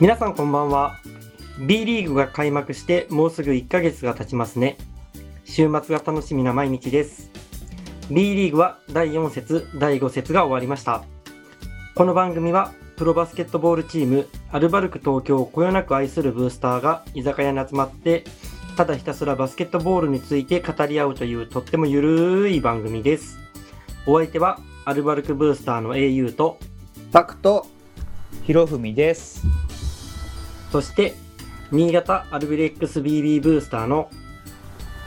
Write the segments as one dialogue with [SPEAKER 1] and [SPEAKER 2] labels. [SPEAKER 1] 皆さんこんばんは B リーグが開幕してもうすぐ1ヶ月が経ちますね週末が楽しみな毎日です B リーグは第4節第5節が終わりましたこの番組はプロバスケットボールチームアルバルク東京をこよなく愛するブースターが居酒屋に集まってただひたすらバスケットボールについて語り合うというとってもゆるい番組ですお相手はアルバルクブースターの au と
[SPEAKER 2] タクトひろふみです。
[SPEAKER 1] そして新潟アルビレックス BB ブースターの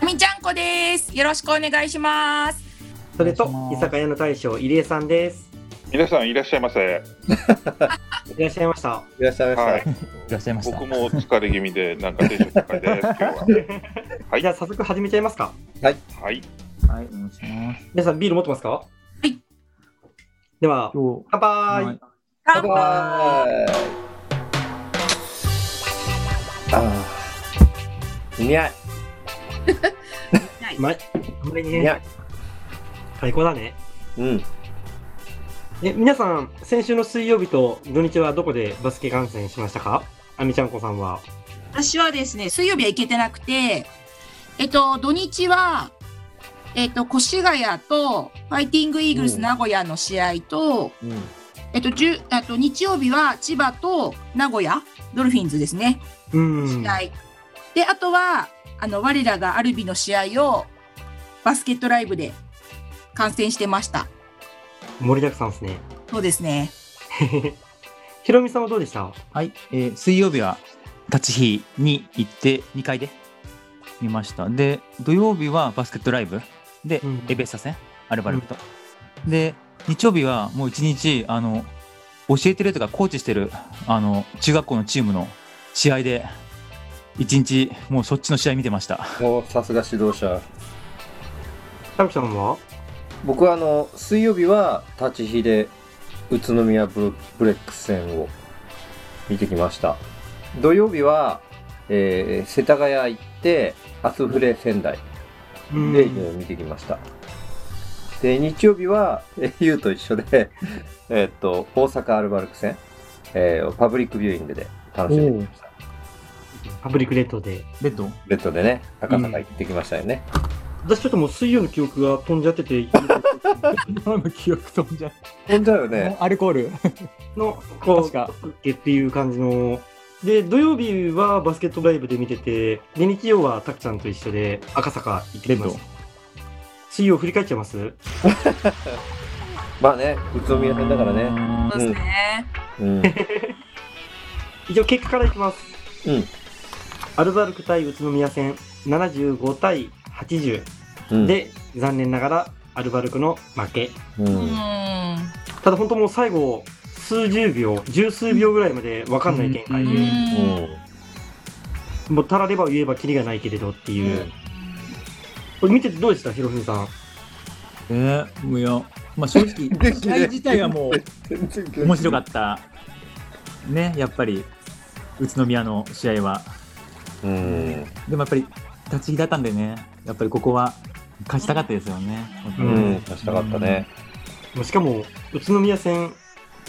[SPEAKER 3] みちゃんこです。よろしくお願いします。
[SPEAKER 1] それと
[SPEAKER 2] お
[SPEAKER 1] 居
[SPEAKER 2] 願いします
[SPEAKER 1] 酒屋の大将入江さんです
[SPEAKER 4] 皆さんいらっしゃいませ。
[SPEAKER 1] いらっしゃいました
[SPEAKER 2] いらっしゃいま
[SPEAKER 4] は
[SPEAKER 2] し
[SPEAKER 4] い
[SPEAKER 2] た。、
[SPEAKER 5] いらっしゃいました。
[SPEAKER 4] 僕も疲れ気味で、なんかテンション高いです。今日は。はい
[SPEAKER 1] じゃあ早速始めちゃいますか
[SPEAKER 4] はい、
[SPEAKER 2] はい、お願いします。
[SPEAKER 1] 皆さんビール持ってますかはいでは
[SPEAKER 2] 今日
[SPEAKER 1] 乾杯、
[SPEAKER 2] はい
[SPEAKER 3] 乾
[SPEAKER 2] 乾杯あ
[SPEAKER 3] 杯。
[SPEAKER 2] あー。うみ合い。
[SPEAKER 1] うまいあんまり
[SPEAKER 2] うみ合
[SPEAKER 1] ね
[SPEAKER 2] い。
[SPEAKER 1] 最高だね
[SPEAKER 2] うん。
[SPEAKER 1] え皆さん先週の水曜日と土日はどこでバスケ観戦しましたかあみちゃんこさんは
[SPEAKER 3] 私はですね、水曜日は行けてなくて、えっと、土日は、えっと、越谷と、ファイティングイーグル
[SPEAKER 2] う
[SPEAKER 3] ス
[SPEAKER 2] ん
[SPEAKER 3] 名古屋の試合と、
[SPEAKER 2] うん。
[SPEAKER 3] えっと、じゅあと日曜日は千葉と名古屋、ドルフィンズですね、
[SPEAKER 1] う
[SPEAKER 3] 試
[SPEAKER 1] ん
[SPEAKER 3] 合。で、あとは、あの、我らがアルビの試合を、バスケットライブで観戦してました。
[SPEAKER 1] 盛りだくさんですね
[SPEAKER 3] そうですね。
[SPEAKER 1] ひろみさんはどうでした
[SPEAKER 5] はい、えー水曜日は立ち日に行って2回で見ました。で、土曜日はバスケットライブで、
[SPEAKER 1] うん
[SPEAKER 5] エベッサ戦、アルバルクと。で、日曜日はもう一日、あの、教えてるとかコーチしてる、あの、中学校のチームの試合で、一日もうそっちの試合見てました。
[SPEAKER 2] もうさすが指導者。
[SPEAKER 1] たみちゃんは
[SPEAKER 2] 僕はあの水曜日は立ち日で宇都宮ブブレックス戦を見てきました。土曜日は、えー、世田谷行ってアスフレ仙台
[SPEAKER 1] う
[SPEAKER 2] で、見てきました。で、日曜日は、え、ゆうと一緒で、 えーっと、大阪アルバルク戦、えーパブリックビューイングで楽しんできました。
[SPEAKER 1] パブリックレッドで
[SPEAKER 5] レッド
[SPEAKER 2] ベッドでね、赤坂行ってきましたよね。
[SPEAKER 1] 私ちょっともう水曜の記憶が飛んじゃって て
[SPEAKER 5] 今の記憶飛んじゃ
[SPEAKER 2] ほんとだよね。
[SPEAKER 5] アルコール。
[SPEAKER 1] のこう
[SPEAKER 5] 確か
[SPEAKER 1] オッケーっていう感じので土曜日はバスケットライブで見ててで日曜はたくちゃんと一緒で赤坂行ってきま
[SPEAKER 5] レッ
[SPEAKER 1] す水曜振り返っちゃいます
[SPEAKER 2] まあね、宇都宮戦だからね。
[SPEAKER 5] ね
[SPEAKER 3] そうですね。
[SPEAKER 2] うん。
[SPEAKER 1] 以上結果からいきます
[SPEAKER 2] うん
[SPEAKER 1] アルバルク対宇都宮戦75対80、
[SPEAKER 2] うん、
[SPEAKER 1] で残念ながらアルバルクの負け
[SPEAKER 2] う。
[SPEAKER 3] うんん。
[SPEAKER 1] ただ本当もう最後数十秒十数秒ぐらいまで分かんない展開
[SPEAKER 3] う
[SPEAKER 1] で、
[SPEAKER 5] うん
[SPEAKER 3] ん。
[SPEAKER 1] もうたられば言えばキリがないけれどっていう、
[SPEAKER 3] うん
[SPEAKER 1] これ見ててどうでしたひろふみさん
[SPEAKER 5] えー、もういや、まあ正直、試合自体はもう、面白か
[SPEAKER 2] っ
[SPEAKER 5] ったねやっぱり宇都宮の試合は
[SPEAKER 2] た。うん。
[SPEAKER 5] でもやっぱり立ち入りだったんでねやっぱりここは勝ちたかったですよね
[SPEAKER 1] う
[SPEAKER 2] うんん。面白かったね。
[SPEAKER 1] もうしかも宇都宮戦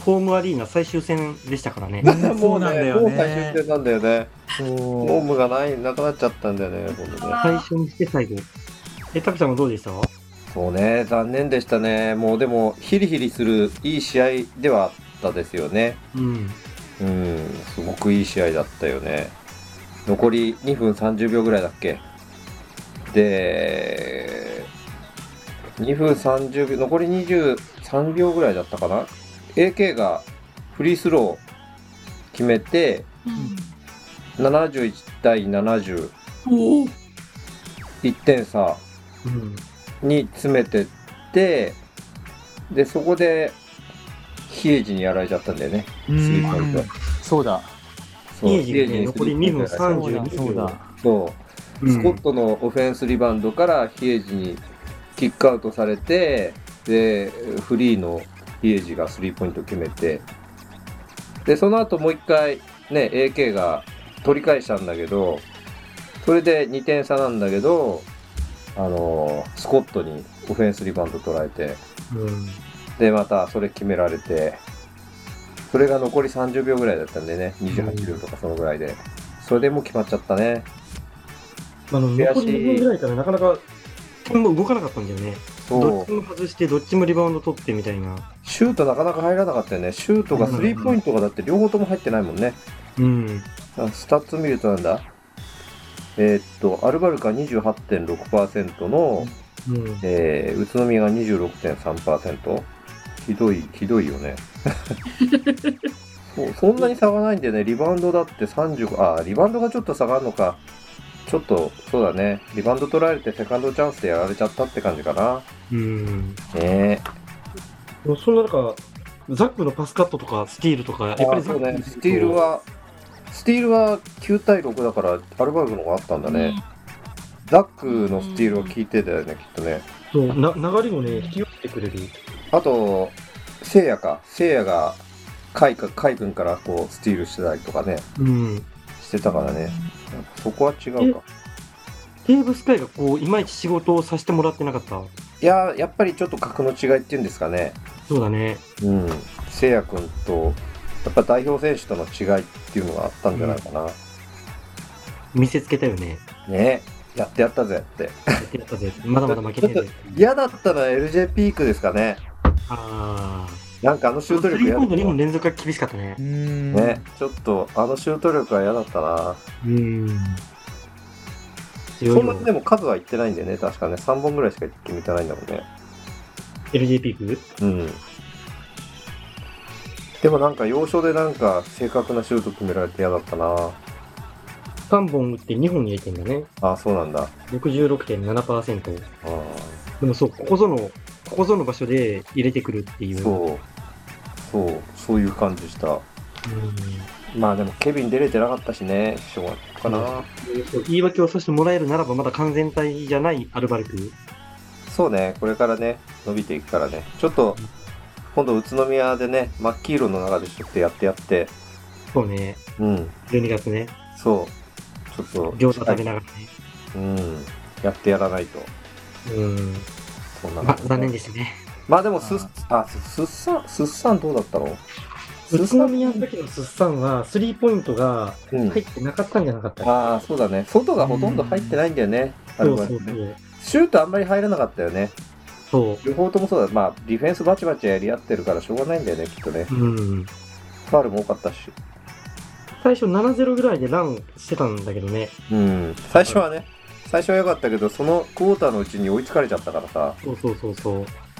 [SPEAKER 1] ホームアリーナ最終戦でしたからね
[SPEAKER 5] ねそうなんだよ
[SPEAKER 2] もう
[SPEAKER 5] ね
[SPEAKER 2] 最終戦なんだよね。ホー
[SPEAKER 5] そ
[SPEAKER 2] ムがない、なくなっちゃったんだよね、今度ね。
[SPEAKER 1] 最初にして最後えタクちゃんはどうでした
[SPEAKER 2] そうね、残念でしたね。もうでも、ヒリヒリするいい試合ではあったですよね。
[SPEAKER 1] うん
[SPEAKER 2] うん、すごくいい試合だったよね。残り2分30秒ぐらいだっけ。で、2分30秒、残り23秒ぐらいだったかな。AK がフリースロー決めて、
[SPEAKER 3] うん
[SPEAKER 2] 71対70、
[SPEAKER 3] おー
[SPEAKER 2] 1点差。
[SPEAKER 1] うん
[SPEAKER 2] に詰めてってでそこで比叡寺にやられちゃったんだよね
[SPEAKER 5] うう
[SPEAKER 2] スリーポイント
[SPEAKER 5] んそうだ
[SPEAKER 2] そう
[SPEAKER 1] 比叡寺ね
[SPEAKER 2] に
[SPEAKER 1] 残り2分
[SPEAKER 2] スリーポイントやられちゃっ
[SPEAKER 5] そうだそうだ
[SPEAKER 2] たそう
[SPEAKER 1] う
[SPEAKER 2] スコットのオフェンスリバウンドから比叡寺にキックアウトされてでフリーの比叡寺がスリーポイント決めてでその後もう一回ね AK が取り返したんだけどそれで2点差なんだけどあのスコットにオフェンスリバウンド取られて
[SPEAKER 1] うん
[SPEAKER 2] でまたそれ決められてそれが残り30秒ぐらいだったんでね、28秒とかそのぐらいで。それでもう決まっちゃったね。
[SPEAKER 1] あの
[SPEAKER 2] 悔しい
[SPEAKER 1] 残り2分ぐらいからなかなか点も動かなかったんだよね。ど
[SPEAKER 2] そ
[SPEAKER 1] っち
[SPEAKER 2] う。
[SPEAKER 1] も外して、どっちもリバウンド取ってみたいな。
[SPEAKER 2] シュートなかなか入らなかったよね。シュートがスリーポイントがだって両方とも入ってないもんね。
[SPEAKER 1] うん。
[SPEAKER 2] あスタッツ見るとなんだえーっと、アルバルカ28.6%の、
[SPEAKER 1] うん、
[SPEAKER 2] えー宇都宮が26.3%。ひどい、ひどいよ ね。そうそんなに差がないんだよね。リバウンドだって35、あ、リバウンドがちょっと差があるのか。ちょっと、そうだね。リバウンド取られてセカンドチャンスでやられちゃったって感じかな。
[SPEAKER 1] うん。
[SPEAKER 2] ね
[SPEAKER 1] でもそんな中、ザックのパスカットとかスティールとか、やっ
[SPEAKER 2] え。
[SPEAKER 1] ぱり
[SPEAKER 2] あ
[SPEAKER 1] ザ
[SPEAKER 2] そ
[SPEAKER 1] ッ
[SPEAKER 2] う
[SPEAKER 1] ク
[SPEAKER 2] ね。スティールは、スティールは9対6だから、アルバルクの方があったんだね。ザックのスティールは効いてたよね、きっとね。
[SPEAKER 1] そうな流れをね、引き寄せてくれる。
[SPEAKER 2] あと、聖夜か。聖夜が海か、海軍からこう、スティールしてたりとかね、
[SPEAKER 1] うん。
[SPEAKER 2] してたからね。そこは違うか。
[SPEAKER 1] テーブスカイがこう、いまいち仕事をさせてもらってなかった。
[SPEAKER 2] いやー、やっぱりちょっと格の違いっていうんですかね。
[SPEAKER 1] そうだね。
[SPEAKER 2] うん。聖夜君と、やっぱ代表選手との違いっていうのがあったんじゃないかな。
[SPEAKER 1] 見せつけたよね。
[SPEAKER 2] ねやってやったぜって。
[SPEAKER 1] やってやったぜ。まだまだ負けねえぜ。
[SPEAKER 2] 嫌だったのは LJ ピークですかね。
[SPEAKER 1] ああ。
[SPEAKER 2] なんかあのシュート
[SPEAKER 1] ス
[SPEAKER 2] 力
[SPEAKER 1] リー
[SPEAKER 2] 嫌
[SPEAKER 1] ポ
[SPEAKER 2] だ
[SPEAKER 1] イン
[SPEAKER 2] った
[SPEAKER 1] ト2本
[SPEAKER 2] な。
[SPEAKER 1] 連続が厳しかったね。
[SPEAKER 5] ん
[SPEAKER 2] ね、ちょっとあのシュート力は嫌だったな。
[SPEAKER 1] うん。強
[SPEAKER 2] そ
[SPEAKER 1] い
[SPEAKER 2] んな
[SPEAKER 1] よ
[SPEAKER 2] に。でも数はいってないんでね、確かね、3本ぐらいしか決めてないんだもんね。
[SPEAKER 1] LJP 行く
[SPEAKER 2] うん。でもなんか要所でなんか正確なシュート決められて嫌だったな。
[SPEAKER 1] 3本打って2本入れてんだね。
[SPEAKER 2] あ、そうなんだ。
[SPEAKER 1] 66.7%。
[SPEAKER 2] あ
[SPEAKER 1] でもそう、ここぞの、ここぞの場所で入れてくるってい
[SPEAKER 2] ー
[SPEAKER 1] う。
[SPEAKER 2] そう。そう。そういう感じした。
[SPEAKER 1] う
[SPEAKER 2] まあでもケビン出れてなかったしね、しょうがないかな。
[SPEAKER 1] ん。そう言い訳をさせてもらえるならば、まだ完全体じゃないアルバルク。
[SPEAKER 2] そうね、これからね、伸びていくからね。ちょっと、今度宇都宮でね、真っ黄色の中でちょっとやってやって、
[SPEAKER 1] そうね。
[SPEAKER 2] うん。
[SPEAKER 1] 12月ね。
[SPEAKER 2] そう。ちょっと、
[SPEAKER 1] 餃子食べながらね。
[SPEAKER 2] うん。やってやらないと。
[SPEAKER 1] うん。
[SPEAKER 2] そんな
[SPEAKER 1] ま
[SPEAKER 2] 感
[SPEAKER 1] あ
[SPEAKER 2] じ、
[SPEAKER 1] 残念でしたね。
[SPEAKER 2] まあでもす、あ、すすっさん、すっさんどうだったの
[SPEAKER 1] 宇都宮の時のすっさんは、スリーポイントが
[SPEAKER 2] うん
[SPEAKER 1] 入ってなかったんじゃなかったっ
[SPEAKER 2] ああ、そうだね。外がほとんど入ってないんだよね。
[SPEAKER 1] け、
[SPEAKER 2] アル
[SPEAKER 1] そ
[SPEAKER 2] バ
[SPEAKER 1] うそ
[SPEAKER 2] ル
[SPEAKER 1] う
[SPEAKER 2] ク
[SPEAKER 1] そ
[SPEAKER 2] ね
[SPEAKER 1] う。
[SPEAKER 2] シュートあんまり入らなかったよね。
[SPEAKER 1] そ
[SPEAKER 2] 両方ともそうだ。まあ、ディフェンスバチバチやり合ってるからしょうがないんだよね、きっとね。
[SPEAKER 1] う。うん。
[SPEAKER 2] ファールも多かったし。
[SPEAKER 1] 最初7-0ぐらいでランしてたんだけどね。
[SPEAKER 2] うん。最初はね、最初は良かったけど、そのクォーターのうちに追いつかれちゃったからさ。
[SPEAKER 1] そうそうそうそ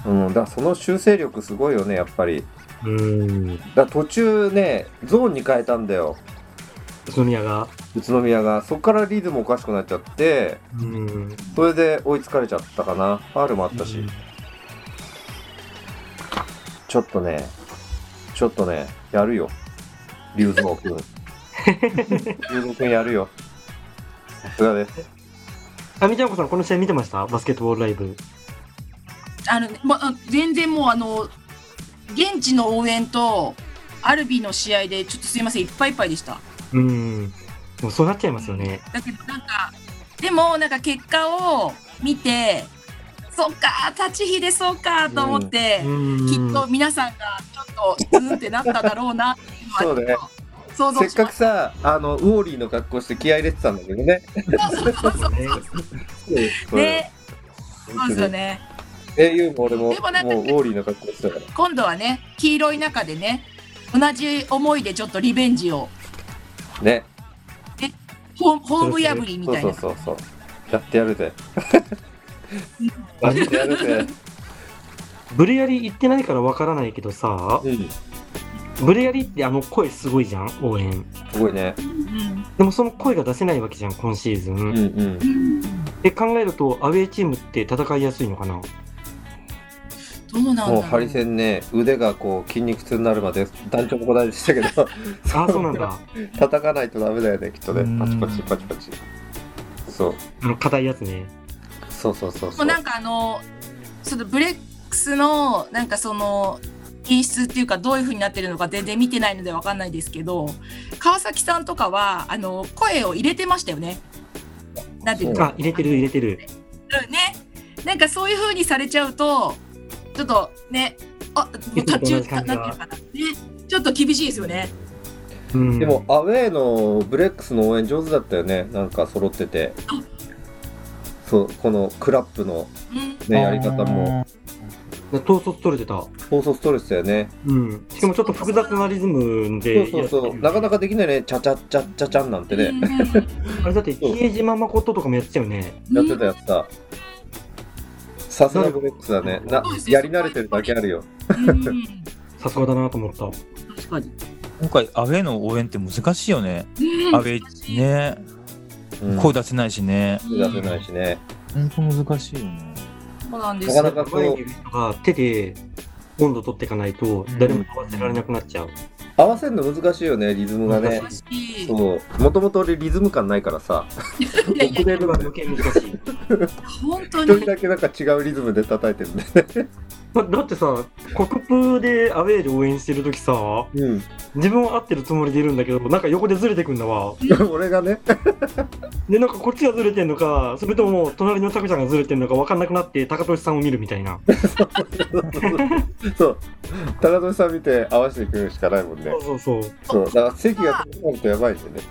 [SPEAKER 1] う。
[SPEAKER 2] うん。だからその修正力すごいよね、やっぱり。
[SPEAKER 1] うん。宇
[SPEAKER 2] だから途中ね、ゾーンに変えたんだよ。
[SPEAKER 1] 都宮が。
[SPEAKER 2] 宇都宮が。そこからリズムおかしくなっちゃって、
[SPEAKER 1] うん。
[SPEAKER 2] それで追いつかれちゃったかな。ファールもあったし。ちょっとね、ちょっとね、やるよ。龍造 くん。龍造くんやるよ。さすがです。
[SPEAKER 1] あみちゃんこさん、この試合見てましたバスケットボールライブ。
[SPEAKER 6] あの、ま、あ全然もうあの、現地の応援と、アルビーの試合で、ちょっとすいません、いっぱいいっぱいでした。
[SPEAKER 1] うん。でもそうなっちゃいますよね。
[SPEAKER 6] だけどなんか、でもなんか結果を見て、そっか、立ちひでそうかと思って、
[SPEAKER 1] うん。
[SPEAKER 6] きっと皆さんがちょっと、うんってなっただろうなってい
[SPEAKER 2] そ
[SPEAKER 6] うのは、
[SPEAKER 2] うね
[SPEAKER 6] 想像
[SPEAKER 2] せっ
[SPEAKER 6] しま
[SPEAKER 2] か
[SPEAKER 6] し
[SPEAKER 2] くさ、あの、ウォーリーの格好して気合い入れてたんだけどね。
[SPEAKER 1] ね。
[SPEAKER 6] た。ね、そうですよ
[SPEAKER 2] ね。
[SPEAKER 6] ね。
[SPEAKER 2] 英雄も俺も、もうウ
[SPEAKER 6] でもなんか
[SPEAKER 2] ォーリーの格好してたから。
[SPEAKER 6] 今度はね、黄色い中でね、同じ思いでちょっとリベンジを、
[SPEAKER 2] ね。
[SPEAKER 6] ホーホーム破りみ
[SPEAKER 2] そう
[SPEAKER 6] たい
[SPEAKER 2] そう
[SPEAKER 6] な。
[SPEAKER 2] そうそう。やってやる ぜ。やってやるぜ。
[SPEAKER 1] ブレアリ行ってないからわからないけどさ、
[SPEAKER 2] うん。
[SPEAKER 1] ブレアリってあの声すごいじゃん、応援。
[SPEAKER 2] すごいね。
[SPEAKER 6] うん
[SPEAKER 1] でもその声が出せないわけじゃん、今シーズン。
[SPEAKER 2] うんうん
[SPEAKER 6] う。ん
[SPEAKER 1] で考えると、アウェーチームって戦いやすいのかな。
[SPEAKER 6] どうなんだろ
[SPEAKER 2] もう
[SPEAKER 6] う
[SPEAKER 2] ハリセンね、腕がこう筋肉痛になるまで団長もこないでしたけど、
[SPEAKER 1] ああ、そうなんだ。
[SPEAKER 2] 叩かないとダメだよね、きっと
[SPEAKER 5] うん
[SPEAKER 2] ね。パチパチパチパチ。そう、
[SPEAKER 1] あの、硬いやつね。
[SPEAKER 2] そうそうそう
[SPEAKER 6] も
[SPEAKER 2] そうう。
[SPEAKER 6] なんかあのそのブレックスのなんかその演出っていうかどういう風になってるのか全然見てないのでわかんないですけど川崎さんとかはあの声を入れてましたよね。なんていうか
[SPEAKER 1] あ、入れてる入れてる。
[SPEAKER 6] うんねなんかそういう風にされちゃうとちょっとねあもう
[SPEAKER 1] いつもと
[SPEAKER 6] 立
[SPEAKER 1] 同
[SPEAKER 6] ち
[SPEAKER 1] じ感じだ
[SPEAKER 6] なんていうかなねち
[SPEAKER 3] ちょっと厳しいですよね。
[SPEAKER 1] うん
[SPEAKER 2] でも、アウェーのブレックスの応援上手だったよね。なんか揃ってて
[SPEAKER 3] あ。
[SPEAKER 2] そう、このクラップの
[SPEAKER 3] うん、
[SPEAKER 2] ね、やり方も。
[SPEAKER 1] 統率取れてた。
[SPEAKER 2] 放送ストレスだよね。
[SPEAKER 1] うん。しかもちょっと複雑なリズム
[SPEAKER 2] そう
[SPEAKER 1] で
[SPEAKER 2] そうそう。なかな
[SPEAKER 1] か。
[SPEAKER 2] かできないね。チャチャチャチャチャンなんてね。
[SPEAKER 1] あれだって、比江島誠とかもやってたよね。
[SPEAKER 3] うん
[SPEAKER 2] やってたやってた。さすがブレックスだね。な
[SPEAKER 3] そうです、ね
[SPEAKER 2] やり慣れてるだけあるよ。
[SPEAKER 3] うん
[SPEAKER 1] さすがだなと思った。
[SPEAKER 3] 確かに。
[SPEAKER 5] 今回アウェーの応援って難しいよね。
[SPEAKER 3] うん
[SPEAKER 5] アウェーね、
[SPEAKER 2] うん
[SPEAKER 5] 声出せないしね。
[SPEAKER 2] 出せないしね。
[SPEAKER 5] 本当難しいよね。
[SPEAKER 3] そうなんです
[SPEAKER 2] なか
[SPEAKER 3] よ
[SPEAKER 2] な。か
[SPEAKER 1] 前
[SPEAKER 2] そ、
[SPEAKER 1] にいうる人が手で温度取っていかないと、誰も合わせられなくなっちゃう。
[SPEAKER 2] 合わせるの難しいよね、リズムがね
[SPEAKER 1] 難。
[SPEAKER 3] 難しい
[SPEAKER 2] そう。もともと俺リズム感ないからさ、
[SPEAKER 3] いやいや
[SPEAKER 1] 遅れるが余計難しい。
[SPEAKER 3] 本当
[SPEAKER 2] 一
[SPEAKER 3] に
[SPEAKER 2] 人だけなんか違うリズムで叩いてるね。
[SPEAKER 1] だだってさ、国風でアウェーで応援してるときさ、
[SPEAKER 2] う
[SPEAKER 1] 自分は合ってるつもりでいるんだけど、なんか横でずれてくんだわ。
[SPEAKER 2] ん。俺がね、
[SPEAKER 1] で、なんかこっちがずれてんのか、それとも隣のタクちゃんがずれてんのか分かんなくなって、高俊さんを見るみたいな。
[SPEAKER 2] そう。高俊さん見て合わせていくしかないもんね
[SPEAKER 1] そ。うそうそう。
[SPEAKER 2] そう。だから席が取るとやばいんでね。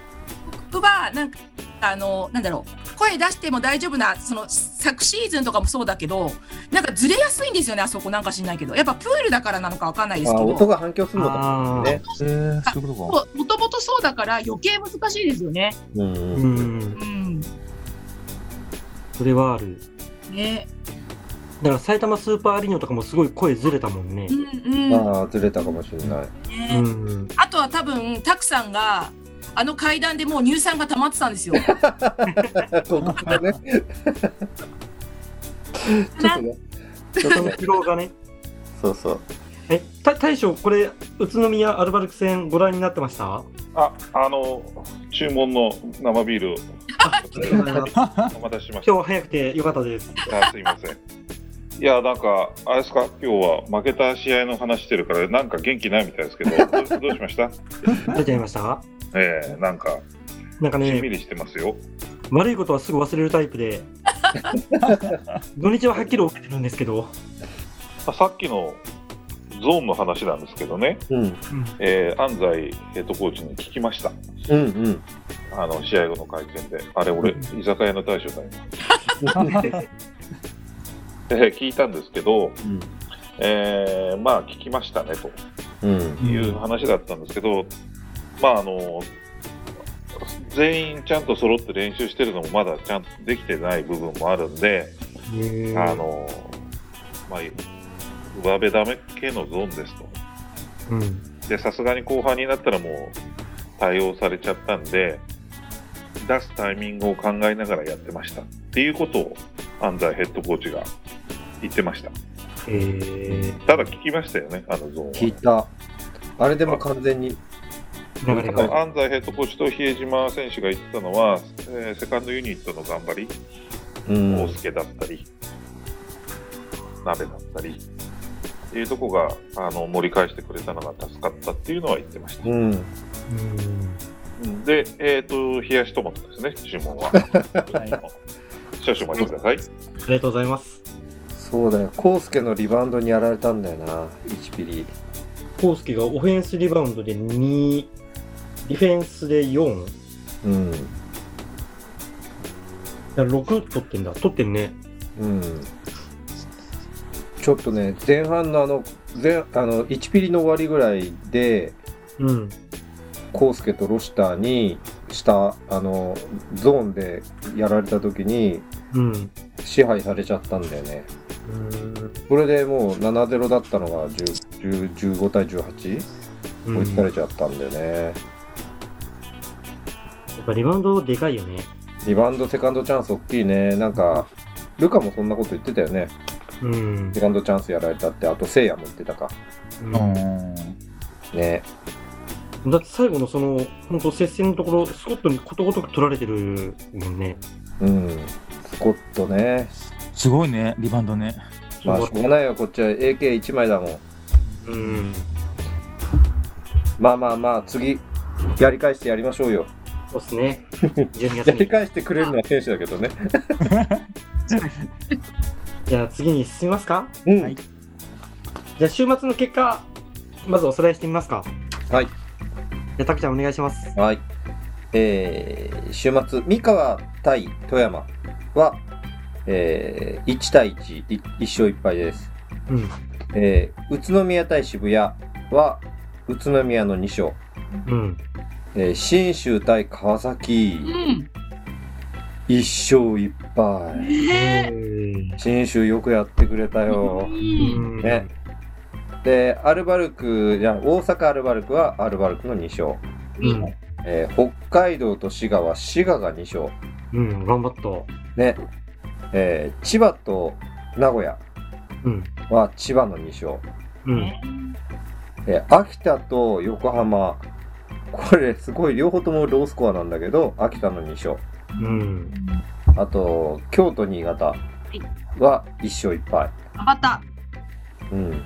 [SPEAKER 3] 僕はなんかあのなんだろう声出しても大丈夫なその昨シーズンとかもそうだけどなんかずれやすいんですよねあそこなんか知んないけどやっぱプールだからなのかわかんないです
[SPEAKER 2] あ
[SPEAKER 3] け
[SPEAKER 2] ー、
[SPEAKER 3] ど
[SPEAKER 2] 音が反響するのか
[SPEAKER 1] あ
[SPEAKER 2] も
[SPEAKER 1] あ、
[SPEAKER 2] ね。
[SPEAKER 5] えー、そういうことか。
[SPEAKER 3] もともとそうだから余計難しいですよね。
[SPEAKER 2] うん
[SPEAKER 1] う
[SPEAKER 2] う
[SPEAKER 1] ん、
[SPEAKER 2] ん。
[SPEAKER 3] うん、
[SPEAKER 1] それはある。
[SPEAKER 3] ね、
[SPEAKER 1] だから埼玉スーパーアリーナとかもすごい声ずれたもんね
[SPEAKER 3] う。んうん、ね。
[SPEAKER 2] まあ、ずれたかもしれない。
[SPEAKER 1] うん。
[SPEAKER 3] あとは多分たくさんがあの階段でもう乳酸が溜まってたんですよ。
[SPEAKER 2] そうだ ね。ちょっとね。ちょ
[SPEAKER 1] そ
[SPEAKER 2] っと
[SPEAKER 1] の
[SPEAKER 2] ね。
[SPEAKER 1] 疲労がね。
[SPEAKER 2] そうそう。
[SPEAKER 1] え、た大将、これ、宇都宮アルバルク戦ご覧になってま した
[SPEAKER 4] あ、あの、注文の生ビールを
[SPEAKER 1] 今
[SPEAKER 4] お待たせしまし
[SPEAKER 1] 日は早くてよかったです。
[SPEAKER 4] た。あすいません。いや、なんか、あれですか、今日は負けた試合の話してるから、なんか元気ないみたいですけど、どうどうしました
[SPEAKER 1] 出ちゃいました
[SPEAKER 4] ええなんか、
[SPEAKER 1] なんか
[SPEAKER 4] しんみ
[SPEAKER 1] ね、
[SPEAKER 4] りしてますよ。
[SPEAKER 1] 悪いことはすぐ忘れるタイプ で。土日ははっきり起きてるんですけ ど。
[SPEAKER 4] まあさっきのゾーンの話なんですけどね、
[SPEAKER 2] うん。
[SPEAKER 1] うん
[SPEAKER 4] えー安西ヘッドコーチに聞きました。
[SPEAKER 2] うんうん。
[SPEAKER 4] あの、試合後の会見で。あれ、俺、居酒屋の大将だよ。で聞いたんですけど、えーまあ聞きましたね
[SPEAKER 2] うん。
[SPEAKER 4] という話だったんですけど、まああの全員ちゃんと揃って練習してるのもまだちゃんとできてない部分もあるんで、あのまあ上辺だめ系のゾーンですと。
[SPEAKER 1] うん。
[SPEAKER 4] でさすがに後半になったらもう対応されちゃったんで出すタイミングを考えながらやってましたっていうことを安西ヘッドコーチが言ってました
[SPEAKER 1] え
[SPEAKER 4] ただ聞きましたよねあのゾーンは
[SPEAKER 2] 聞いた。あれでも完全に。
[SPEAKER 1] ー、流れ
[SPEAKER 4] だか
[SPEAKER 1] が。
[SPEAKER 4] ら安西ヘッドコーチと比江島選手が言ってたのは、えーセカンドユニットの頑張り、
[SPEAKER 2] うん
[SPEAKER 4] 大輔だったり、鍋だったりっていうとこがあの盛り返してくれたのが助かったっていうのは言ってました。
[SPEAKER 2] うん。
[SPEAKER 1] うん
[SPEAKER 4] で、えっ、と、冷やしトマトですね、注文は。少々お待ちくださ
[SPEAKER 1] あ
[SPEAKER 4] い。
[SPEAKER 1] りがとうございます。
[SPEAKER 2] そうだよ。コウスケのリバウンドにやられたんだよな。1ピリ。
[SPEAKER 1] コウスケがオフェンスリバウンドで2、ディフェンスで4、
[SPEAKER 2] うん。
[SPEAKER 1] だから6取ってんだ。取ってんね。
[SPEAKER 2] うん。ちょっとね、前半のあの、前あの1ピリの終わりぐらいで、
[SPEAKER 1] うん。
[SPEAKER 2] コウスケとロシターにした、あの、ゾーンでやられた時に
[SPEAKER 1] うん。
[SPEAKER 2] 支配されちゃったんだよね。これでもう7-0だったのが10 10 15対18
[SPEAKER 1] うん。
[SPEAKER 2] 追いつか
[SPEAKER 1] や
[SPEAKER 2] れちゃったんだよね。
[SPEAKER 1] っぱリバウンドでかいよね。
[SPEAKER 2] リバウンド、セカンドチャンス大きいね。なんか、ルカもそんなこと言ってたよね。
[SPEAKER 1] うん
[SPEAKER 2] セ。カンドチャンスやられたって、あと、せいやも言ってたか。
[SPEAKER 5] うん。
[SPEAKER 2] ね。
[SPEAKER 1] だって最後のその、本当接戦のところ、スコットにことごとく取られてるもんね。
[SPEAKER 2] うん。スコットね。
[SPEAKER 5] すごいね、リバウンドね。
[SPEAKER 2] まあ、しょうがないよ。こっちは AK1 枚だもん。
[SPEAKER 1] うん。
[SPEAKER 2] まあまあまあ、次、やり返してやりましょうよ。
[SPEAKER 1] そうです ね。12月
[SPEAKER 2] やり
[SPEAKER 1] に。
[SPEAKER 2] 返してくれるのは選手だけどね。
[SPEAKER 1] じゃあ次に進みますか
[SPEAKER 2] うん。
[SPEAKER 5] はい
[SPEAKER 1] じゃあ週末の結果、まずおさらいしてみますか。
[SPEAKER 2] はい。
[SPEAKER 1] じゃあ、たくちゃんお願いします。
[SPEAKER 2] はい。えー週末、三河対富山は、えー1対1、い1勝1敗です。
[SPEAKER 1] うん。
[SPEAKER 2] えー宇都宮対渋谷は、宇都宮の2勝。
[SPEAKER 1] うん。
[SPEAKER 2] えー信州対川崎、
[SPEAKER 3] うん。
[SPEAKER 2] 1勝1敗。
[SPEAKER 3] ねえ。
[SPEAKER 2] 信州よくやってくれたよ。
[SPEAKER 3] うん。
[SPEAKER 2] ね。で、アルバルク、じゃあ大阪アルバルクはアルバルクの2勝。
[SPEAKER 1] うん。
[SPEAKER 2] えー北海道と滋賀は滋賀が2勝。
[SPEAKER 1] うん。頑張った。
[SPEAKER 2] ね、えー千葉と名古屋
[SPEAKER 1] うん。
[SPEAKER 2] は千葉の2勝、
[SPEAKER 1] うん。
[SPEAKER 2] えー秋田と横浜これすごい両方ともロースコアなんだけど秋田の2勝
[SPEAKER 1] うん。
[SPEAKER 2] あと京都新潟は1勝1敗、
[SPEAKER 3] 頑張った。
[SPEAKER 2] うん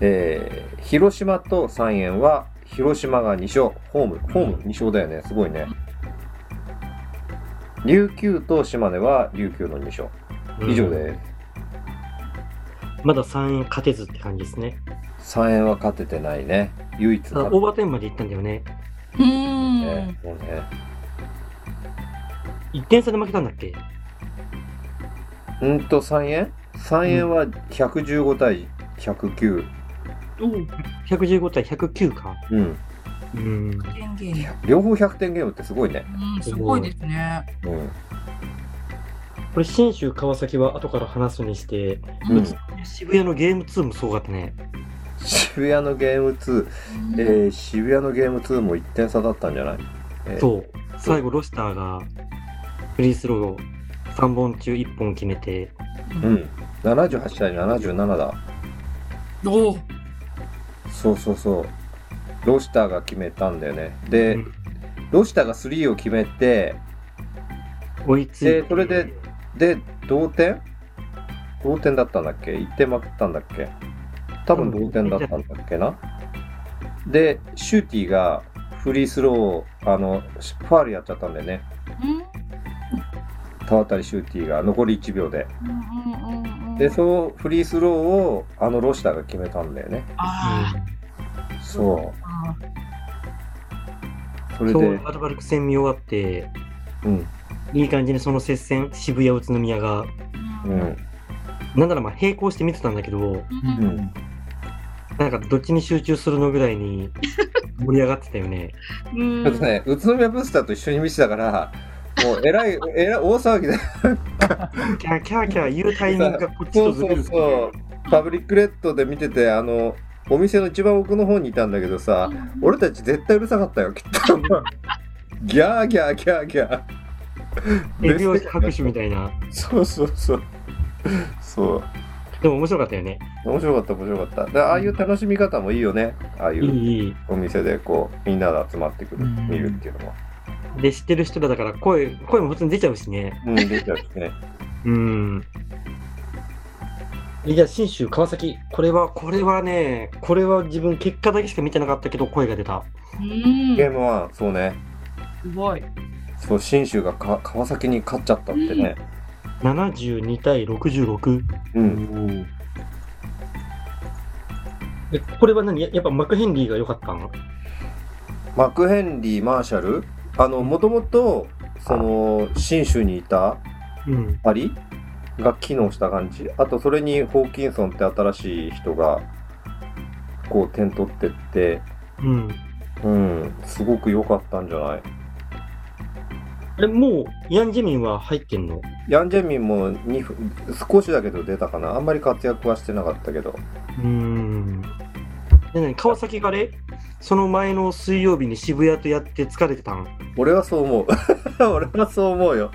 [SPEAKER 2] えー広島と三円は広島が2勝ホームホーム2勝だよねすごいね琉球と島根は琉球の2勝以上です。
[SPEAKER 1] まだ3円勝てずって感じですね。
[SPEAKER 2] 三円は勝ててないね唯一
[SPEAKER 1] ただ、
[SPEAKER 2] 勝
[SPEAKER 1] オー
[SPEAKER 2] て
[SPEAKER 1] バータイムまで行ったんだよね。
[SPEAKER 3] う
[SPEAKER 2] ね
[SPEAKER 3] ん。
[SPEAKER 2] もうね
[SPEAKER 1] 1点差で負けたんだっけ
[SPEAKER 2] うんと3円 ?3 円は115対109。
[SPEAKER 3] おう。
[SPEAKER 1] ?115 対109か。
[SPEAKER 2] うん。
[SPEAKER 1] うん。
[SPEAKER 3] 権限。
[SPEAKER 2] 両方100点ゲームってすごいね。
[SPEAKER 3] うん、すごいですね。
[SPEAKER 2] うん。
[SPEAKER 1] これ、信州川崎は後から話すにして、
[SPEAKER 2] うん、
[SPEAKER 1] 渋谷のゲーム2もすごかったね。
[SPEAKER 2] 渋谷のゲーム2、えー、渋谷のゲーム2も1点差だったんじゃないえー
[SPEAKER 1] そう。最後、ロシターがフリースローを3本中1本決めて、
[SPEAKER 2] う。ん。78対77だ。
[SPEAKER 3] おう。
[SPEAKER 2] そうそうそう。ロシターが決めたんだよね。で、
[SPEAKER 1] うん
[SPEAKER 2] ロシターが3を決めて、
[SPEAKER 1] 追いついて。
[SPEAKER 2] でそれで、で、同点同点だったんだっけ ?1 点負けたんだっけ多分同点だったんだっけなで、シューティがフリースロー、あの、ファールやっちゃったんだよね。
[SPEAKER 3] うん。
[SPEAKER 2] 田渡シューティが残り1秒で。
[SPEAKER 3] うんうんうん。
[SPEAKER 2] で、そのフリースローをあのロシターが決めたんだよね。
[SPEAKER 3] あ
[SPEAKER 2] そ
[SPEAKER 3] あ。
[SPEAKER 2] う。そう
[SPEAKER 1] ん、
[SPEAKER 2] れ
[SPEAKER 1] 今
[SPEAKER 2] で
[SPEAKER 1] 日、、アルバルク戦見終わって、
[SPEAKER 2] うん。
[SPEAKER 1] いい感じにその接戦、渋谷、宇都宮が、
[SPEAKER 2] う
[SPEAKER 3] うん。
[SPEAKER 2] ん。
[SPEAKER 1] なんならまあ並行して見てたんだけど、
[SPEAKER 2] う
[SPEAKER 3] うん
[SPEAKER 2] ん。
[SPEAKER 1] なんかどっちに集中するのぐらい に盛り上がってたよね。
[SPEAKER 2] ちょっとね、宇都宮ブースターと一緒に見てたから、もう、えらい、えらい大騒ぎで、
[SPEAKER 1] キャーキャーキャー言うタイミングがこっち
[SPEAKER 2] そ
[SPEAKER 1] と
[SPEAKER 2] う
[SPEAKER 1] ず
[SPEAKER 2] そ
[SPEAKER 1] れ
[SPEAKER 2] う
[SPEAKER 1] るって
[SPEAKER 2] そ。
[SPEAKER 1] いう
[SPEAKER 2] パブリックレッドで見てて、あの、お店の一番奥の方にいたんだけどさ、俺たち絶対うるさかったよ、きっと。 ギャーギャーギャーギャー。
[SPEAKER 1] う、エビを拍手みたいな。
[SPEAKER 2] そうそうそう。そう。
[SPEAKER 1] でも面白かったよね。
[SPEAKER 2] 面白かった、面白かった。でああいう楽しみ方もいいよね。ああい
[SPEAKER 1] いいういい。
[SPEAKER 2] お店で、こう、みんなで集まってくる、
[SPEAKER 5] うん
[SPEAKER 2] 見るっていうのは。
[SPEAKER 1] で、知ってる人らだから声、声も普通に出ちゃうしね。
[SPEAKER 2] うん、出ちゃうしね。
[SPEAKER 1] うん。じゃあ、信州、川崎。これは、これはね、これは自分結果だけしか見てなかったけど、声が出た。
[SPEAKER 3] うん。
[SPEAKER 2] ゲーム1、そうね。
[SPEAKER 3] すごい。
[SPEAKER 2] そう、信州がか川崎に勝っちゃったってね。
[SPEAKER 1] 72対66。
[SPEAKER 2] うん。
[SPEAKER 1] でこれは何ややっぱマクヘンリーが良かったの
[SPEAKER 2] マクヘンリー、マーシャル、あの、もともと、その、信州にいた
[SPEAKER 1] うん。
[SPEAKER 2] パリが機能した感じ。あと、それにホーキンソンって新しい人が、こう、点取ってって、
[SPEAKER 1] うん。
[SPEAKER 2] うん、すごく良かったんじゃない
[SPEAKER 1] え、もう、ヤンジェミンは入ってんの
[SPEAKER 2] ヤンジェミンも2分、少しだけど出たかな。あんまり活躍はしてなかったけど。
[SPEAKER 1] うーん。で、何川崎があれその前の水曜日に渋谷とやって疲れてたん
[SPEAKER 2] 俺はそう思う。 俺はそう思うよ。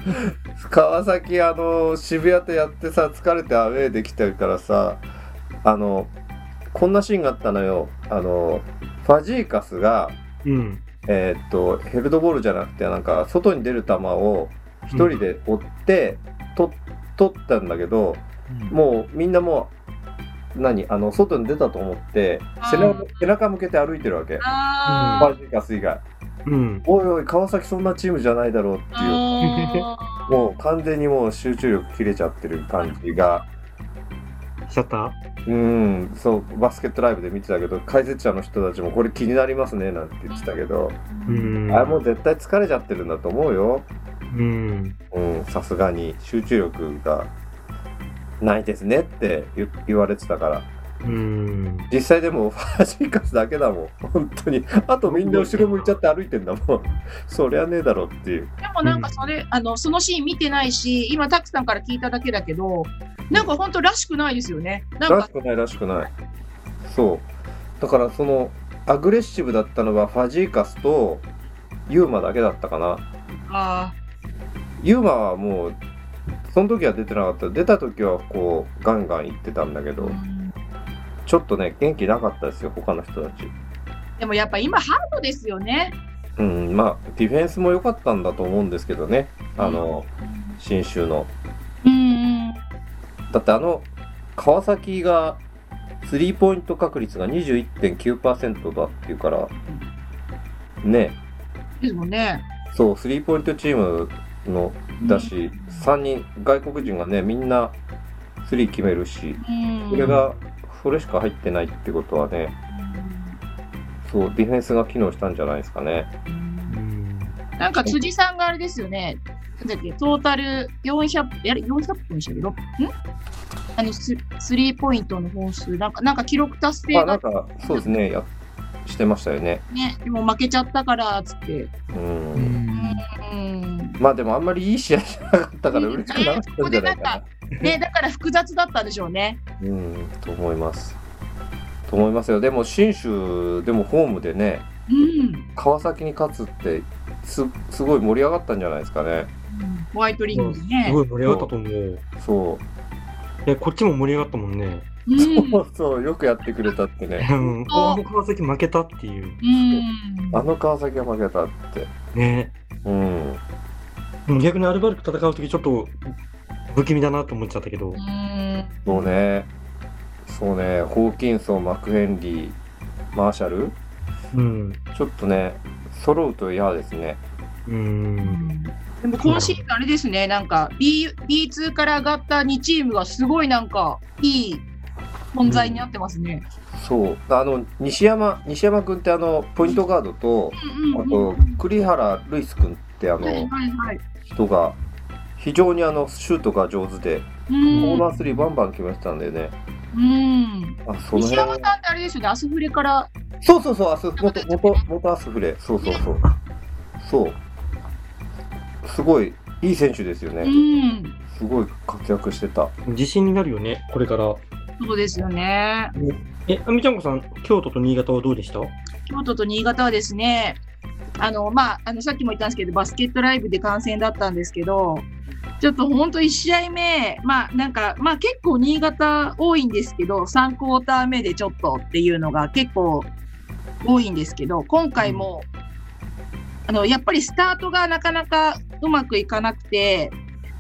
[SPEAKER 2] 川崎、あの、渋谷とやってさ、疲れてアウェーできてるからさ、あの、こんなシーンがあったのよ。あの、ファジーカスが、
[SPEAKER 1] うん。
[SPEAKER 2] えーっと、ヘルドボールじゃなくて、なんか、外に出る球を一人で追って、と取ったんだけど、もうみんなもう、何あの、外に出たと思って、背中背中向けて歩いてるわけ。フ
[SPEAKER 3] あ
[SPEAKER 2] ァジーカス以外。
[SPEAKER 1] うん。
[SPEAKER 2] おいおい、川崎そんなチームじゃないだろうっていう。
[SPEAKER 3] あ。
[SPEAKER 2] もう完全にもう集中力切れちゃってる感じが
[SPEAKER 1] しちゃった
[SPEAKER 2] うん、そう、バスケットライブで見てたけど、解説者の人たちもこれ気になりますねなんて言ってたけど、
[SPEAKER 1] うん。
[SPEAKER 2] あれもう絶対疲れちゃってるんだと思うよ。
[SPEAKER 1] うん。
[SPEAKER 2] うん、さすがに集中力がないですねって言言われてたから。
[SPEAKER 1] うん。
[SPEAKER 2] 実際でもフ ァージーカスだけだもん。本当に。あとみんな後ろ向いちゃって歩いてんだもん。そりゃねえだろっていう。
[SPEAKER 6] でもなんかそれ、あのそのシーン見てないし、今タクさんから聞いただけだけど、なんか本当らしくないですよね。なん
[SPEAKER 2] ら
[SPEAKER 6] か
[SPEAKER 2] しくないらしくない。そう。だからそのアグレッシブだったのはファジーカスとユーマだけだったかな。
[SPEAKER 6] あ
[SPEAKER 2] ユーマはもうその時は出てなかった出た時はこうガンガン行ってたんだけ
[SPEAKER 6] ー、
[SPEAKER 2] どちょっとね元気なかったですよ他の人たち
[SPEAKER 6] でもやっぱ今ハードですよね。
[SPEAKER 2] うんまあディフェンスも良かったんだと思うんですけどねあの新州の
[SPEAKER 6] うん、
[SPEAKER 2] だってあの川崎がスリーポイント確率が21.9%だっていうからね
[SPEAKER 6] ですもんね。
[SPEAKER 2] そうスリーポイントチームのだし3人外国人がねみんなスリー決めるし
[SPEAKER 6] うん
[SPEAKER 2] それがそれしか入ってないってことはね、そうディフェンスが機能したんじゃないですかね。
[SPEAKER 1] うん。
[SPEAKER 6] なんか辻さんがあれですよね、なんだっけ、トータル400、やれ400本でしたけど、んあのス、スリーポイントの本数、なんか、なんか記録達
[SPEAKER 2] まあな
[SPEAKER 6] 成が
[SPEAKER 2] んかそうですねやしてましたよね。
[SPEAKER 6] ね、でも負けちゃったから、つって。
[SPEAKER 2] うん。
[SPEAKER 5] うん
[SPEAKER 6] うん。
[SPEAKER 2] まあでもあんまりいい試合じゃなかったから嬉しくなかったんじゃないかな。
[SPEAKER 6] ね、だから複雑だったんでしょうね。
[SPEAKER 2] うんと思います。と思いますよ。でも信州でもホームでね
[SPEAKER 6] うん。
[SPEAKER 2] 川崎に勝つってすすごい盛り上がったんじゃないですかね。
[SPEAKER 6] ホワイトリングに
[SPEAKER 1] す
[SPEAKER 6] ね。
[SPEAKER 1] ごい盛り上がったと思う。
[SPEAKER 2] そ
[SPEAKER 1] い
[SPEAKER 2] う。
[SPEAKER 1] や、こっちも盛り上がったもんね。
[SPEAKER 6] うん。
[SPEAKER 2] そうそうよくやってくれたってね。
[SPEAKER 1] うん。 あの川崎負けたっていう。
[SPEAKER 6] うん。
[SPEAKER 2] あの川崎が負けたって。
[SPEAKER 1] ね。
[SPEAKER 2] うん。
[SPEAKER 1] 逆にアルバルク戦うときちょっと不気味だなと思っちゃったけど。
[SPEAKER 6] うん
[SPEAKER 2] そうね。そうね。ホーキンソン、マクヘンリー、マーシャル。
[SPEAKER 1] うん。
[SPEAKER 2] ちょっとね、揃うと嫌ですね。
[SPEAKER 1] うん。
[SPEAKER 6] でも今シーズンあれですね、なんか B B2 から上がった2チームがすごいなんかいい存在になってますね。
[SPEAKER 2] そう。あの、西山、西山君ってあの、ポイントガードと、
[SPEAKER 6] うん
[SPEAKER 2] あ
[SPEAKER 6] うんう
[SPEAKER 2] と
[SPEAKER 6] ん。、
[SPEAKER 2] 栗原ルイス君ってあ
[SPEAKER 6] はい
[SPEAKER 2] の、
[SPEAKER 6] はいはい。
[SPEAKER 2] 人が、非常にあの、シュートが上手で、
[SPEAKER 6] う
[SPEAKER 2] コー
[SPEAKER 6] ん。
[SPEAKER 2] ナースリーバンバン決めてたんだよね。
[SPEAKER 6] うん。
[SPEAKER 2] あ、その
[SPEAKER 6] 西山
[SPEAKER 2] 辺
[SPEAKER 6] さんって。あれですよね、アスフレから。
[SPEAKER 2] そうそうそう、あす、元、元、元アスフレ。そうそうそう。そう。すごい、いい選手ですよ
[SPEAKER 6] う
[SPEAKER 2] ね。
[SPEAKER 6] ん。
[SPEAKER 2] すごい活躍してた。
[SPEAKER 1] 自信になるよね、これから。
[SPEAKER 6] そうですよね。
[SPEAKER 1] え、あみちゃんこさん、京都と新潟はどうでした
[SPEAKER 6] 京都と新潟はですね、あの、まあ、あの、さっきも言ったんですけど、バスケットライブで観戦だったんですけど、ちょっと本当1試合目、まあ、なんか、まあ結構新潟多いんですけど、3クォーター目でちょっとっていうのが結構多いんですけど、今回も、あの、やっぱりスタートがなかなかうまくいかなくて、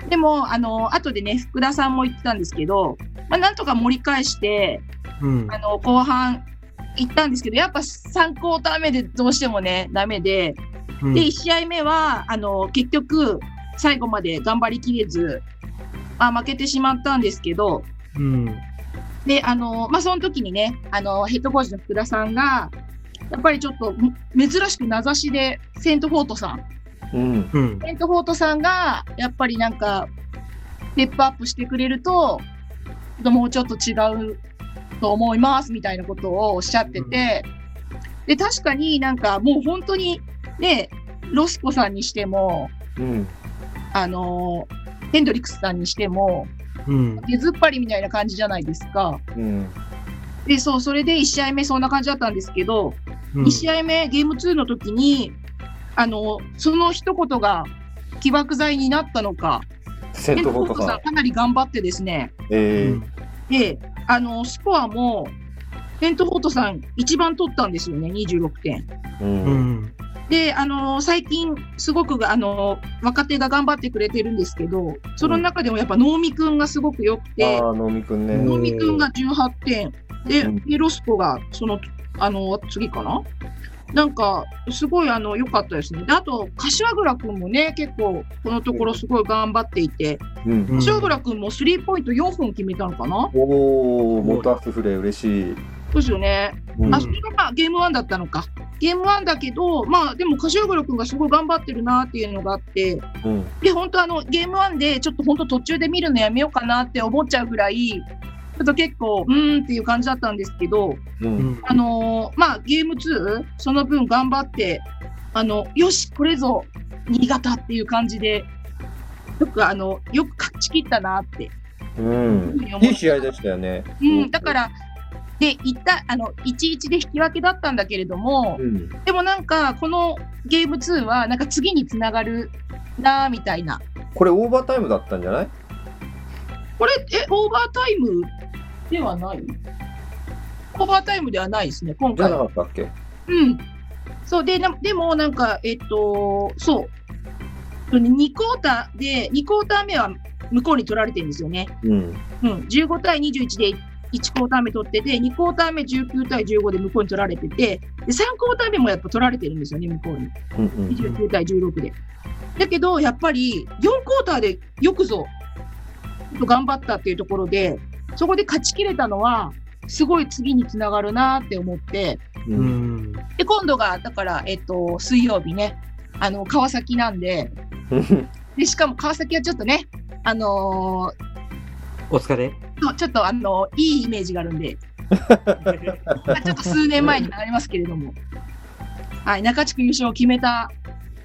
[SPEAKER 6] でも、あの、後でね、福田さんも言ってたんですけど、まあ、なんとか盛り返して、
[SPEAKER 1] うん
[SPEAKER 6] あの後半行ったんですけどやっぱ3クォーター目でどうしてもねダメで、
[SPEAKER 1] うん
[SPEAKER 6] で1試合目はあの結局最後まで頑張りきれず、まあ、負けてしまったんですけど
[SPEAKER 1] うん。
[SPEAKER 6] であの、まあ、その時にねあのヘッドコーチの福田さんがやっぱりちょっと珍しく名指しでセント・フォートさん
[SPEAKER 2] うん。
[SPEAKER 1] うん。
[SPEAKER 6] セント・フォートさんがやっぱりなんかステップアップしてくれるとちょっともうちょっと違うと思いますみたいなことをおっしゃってて、で確かになんかもう本当にねロスコさんにしても
[SPEAKER 2] うん。
[SPEAKER 6] あのヘンドリックスさんにしても
[SPEAKER 1] うん。
[SPEAKER 6] 出ずっぱりみたいな感じじゃないですか。
[SPEAKER 2] うん。
[SPEAKER 6] でそうそれで1試合目そんな感じだったんですけど、
[SPEAKER 1] うん
[SPEAKER 6] 2試合目ゲーム2の時にあのその一言が起爆剤になったのか
[SPEAKER 2] セントフォートさん。
[SPEAKER 6] かなり頑張ってですね、
[SPEAKER 1] う
[SPEAKER 2] ええ
[SPEAKER 1] ん
[SPEAKER 6] で、あの、スコアも、セントフォートさん一番取ったんですよね、26点。
[SPEAKER 2] う。
[SPEAKER 1] うんん。
[SPEAKER 6] で、あの、最近、すごく、あの、若手が頑張ってくれてるんですけど、その中でもやっぱ、能見くんがすごく良くて、
[SPEAKER 2] ああ、能見くんね。
[SPEAKER 1] うん
[SPEAKER 6] 能見くんが18点、で
[SPEAKER 2] うん、
[SPEAKER 6] でロスコが、その、あの、次かななんかすごいあの良かったですね。であと柏倉君もね結構このところすごい頑張っていて、
[SPEAKER 2] うん。
[SPEAKER 1] うん
[SPEAKER 6] 柏倉君もスリーポイント4本決めたのかな。
[SPEAKER 2] おー、元アスフレ嬉しい。
[SPEAKER 6] そうですよね。
[SPEAKER 2] うん
[SPEAKER 6] あそれがまあゲームワンだったのか。ゲームワンだけどまあでも柏倉君がすごい頑張ってるなっていうのがあって、
[SPEAKER 2] うん。
[SPEAKER 6] で本当あのゲームワンでちょっと本当途中で見るのやめようかなって思っちゃうぐらい。ちょっと結構うーんっていう感じだったんですけど、
[SPEAKER 2] う。
[SPEAKER 1] うんん
[SPEAKER 6] あのーまあ、ゲーム2、その分頑張って、あのよし、これぞ新潟っていう感じで、よくあのよく勝ち切ったなって、
[SPEAKER 2] うん。いい試合でしたよね。
[SPEAKER 6] うん、だから、でいったあの1-1で引き分けだったんだけれども
[SPEAKER 2] う、ん。
[SPEAKER 6] でもなんか、このゲーム2は、なんか次につながるなーみたいな、
[SPEAKER 2] これオーバータイムだったんじゃない
[SPEAKER 6] これ、え、オーバータイムではないオーバータイムではないですね、今
[SPEAKER 2] じゃ
[SPEAKER 6] 回
[SPEAKER 2] な
[SPEAKER 6] は
[SPEAKER 2] かったっけ
[SPEAKER 6] うん。そうで、なでもなんか、えっと、そう。2クォーターで、2クォーター目は向こうに取られてるんですよね。
[SPEAKER 2] うん。
[SPEAKER 6] うん。15対21で1クォーター目取ってて、2クォーター目19対15で向こうに取られてて、で、3クォーター目もやっぱ取られてるんですよね、向こ
[SPEAKER 2] う
[SPEAKER 6] うに。
[SPEAKER 2] んうん。
[SPEAKER 6] 29対16で。だけど、やっぱり4クォーターでよくぞ、ちょっと頑張ったっていうところで、そこで勝ちきれたのは、すごい次につながるなって思って、
[SPEAKER 1] う
[SPEAKER 2] う。
[SPEAKER 1] んん
[SPEAKER 6] で今度がだから、えっと水曜日ねあの川崎なんででしかも川崎はちょっとねあの
[SPEAKER 1] お疲れ。
[SPEAKER 6] ーそうちょっとあのーいいイメージがあるんで、まあ、ちょっと数年前になりますけれども、はい、中地区優勝を決めた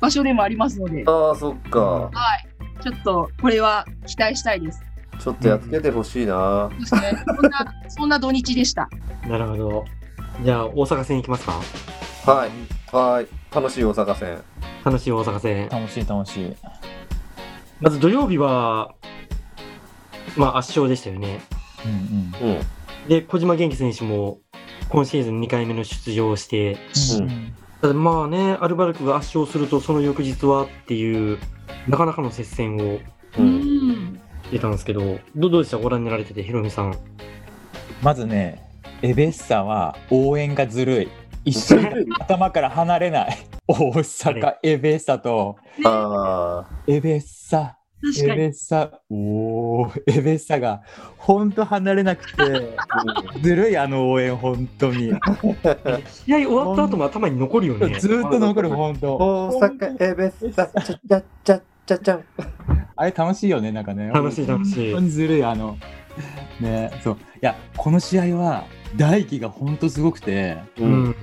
[SPEAKER 6] 場所でもありますので
[SPEAKER 2] ああ、そっか。
[SPEAKER 6] ちょっとこれは期待したいです。
[SPEAKER 2] ちょっとやっつけてほしいな。
[SPEAKER 6] そうですね、そんなそんな土日でした。
[SPEAKER 1] なるほど。じゃあ、大阪戦行きますか
[SPEAKER 2] はい。はい。楽しい大阪戦。
[SPEAKER 1] 楽しい大阪戦。
[SPEAKER 5] 楽しい楽しい。
[SPEAKER 1] まず土曜日は、まあ圧勝でしたよね。
[SPEAKER 5] うんうん。
[SPEAKER 2] うん。
[SPEAKER 1] で、小島元気選手も今シーズン2回目の出場をして、
[SPEAKER 2] うん
[SPEAKER 1] ただまあね、アルバルクが圧勝するとその翌日はっていう、なかなかの接戦を
[SPEAKER 2] うん。
[SPEAKER 1] 出たんですけど、どどうでしたご覧になられてて、ヒロミさん。
[SPEAKER 5] まずね、エベッサは応援がずるい。一緒に頭から離れない。大阪エベッサと
[SPEAKER 2] ああ。
[SPEAKER 5] エベッサ、エ
[SPEAKER 6] 確かに
[SPEAKER 5] ベッサ、おー、エベッサが本当離れなくて、ずるいあの応援本当に。
[SPEAKER 1] 試合終わった後も頭に残るよね。
[SPEAKER 5] ずーっと残る本当。
[SPEAKER 2] 大阪エベッサ、ちゃちゃちゃちゃちゃん。
[SPEAKER 5] あれ楽しいよねなんかね。
[SPEAKER 1] 楽しい楽しい
[SPEAKER 5] 本当にずるいあのねそういやこの試合は大輝が本当すごくて。
[SPEAKER 2] う。
[SPEAKER 1] うんん。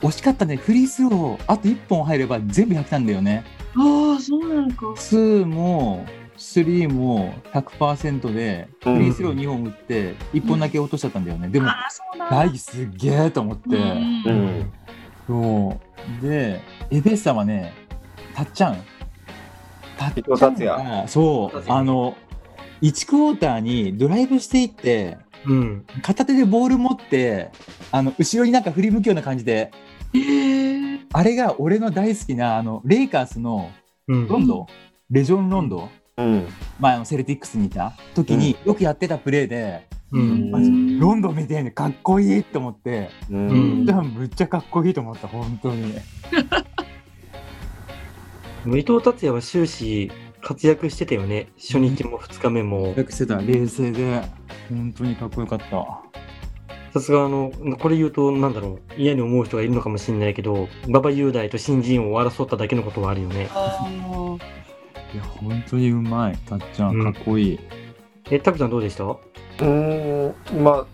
[SPEAKER 5] 惜しかったねフリースローあと1本入れば全部100点だよね
[SPEAKER 6] ああそうなのか。
[SPEAKER 5] 2も3も100%でフ
[SPEAKER 2] うん
[SPEAKER 5] リースロー2本打って1本だけ落としちゃったんだよね、でも
[SPEAKER 6] ああそうなんだ。
[SPEAKER 5] 大輝すげえと思っ
[SPEAKER 6] う
[SPEAKER 5] て、
[SPEAKER 6] ん
[SPEAKER 2] う
[SPEAKER 6] うん
[SPEAKER 2] ん。
[SPEAKER 5] そうでエベッサはねたっちゃんたっ
[SPEAKER 2] 伊藤達也。
[SPEAKER 5] がそうあの1クォーターにドライブしていって
[SPEAKER 1] うん。
[SPEAKER 5] 片手でボール持ってあの後ろになんか振り向くような感じで
[SPEAKER 6] えー
[SPEAKER 5] あれが俺の大好きなあのレイカーズの
[SPEAKER 1] うん。
[SPEAKER 5] ロンドン、レジョン・ロンドン、
[SPEAKER 2] うん。
[SPEAKER 5] まああのセルティックスにいた時によくやってたプレーで、
[SPEAKER 1] うん。
[SPEAKER 5] マジロンドンみたいにかっこいいと思って、
[SPEAKER 2] うん。
[SPEAKER 5] 普段むっちゃかっこいいと思った、本当に。
[SPEAKER 1] 伊藤達也は終始活躍してたよね。初日も2日目も。
[SPEAKER 5] よくしてた、冷静で、本当にかっこよかった。
[SPEAKER 1] さすがあの、これ言うと、なんだろう、嫌に思う人がいるのかもしれないけど、馬場雄大と新人王を争っただけのことはあるよね。
[SPEAKER 6] あー
[SPEAKER 5] いや、本当にうまい、たっちゃん、
[SPEAKER 1] う
[SPEAKER 5] か
[SPEAKER 1] ん
[SPEAKER 5] っこいい。
[SPEAKER 1] え、タクちゃんどうでしたう
[SPEAKER 2] うーん、まあ、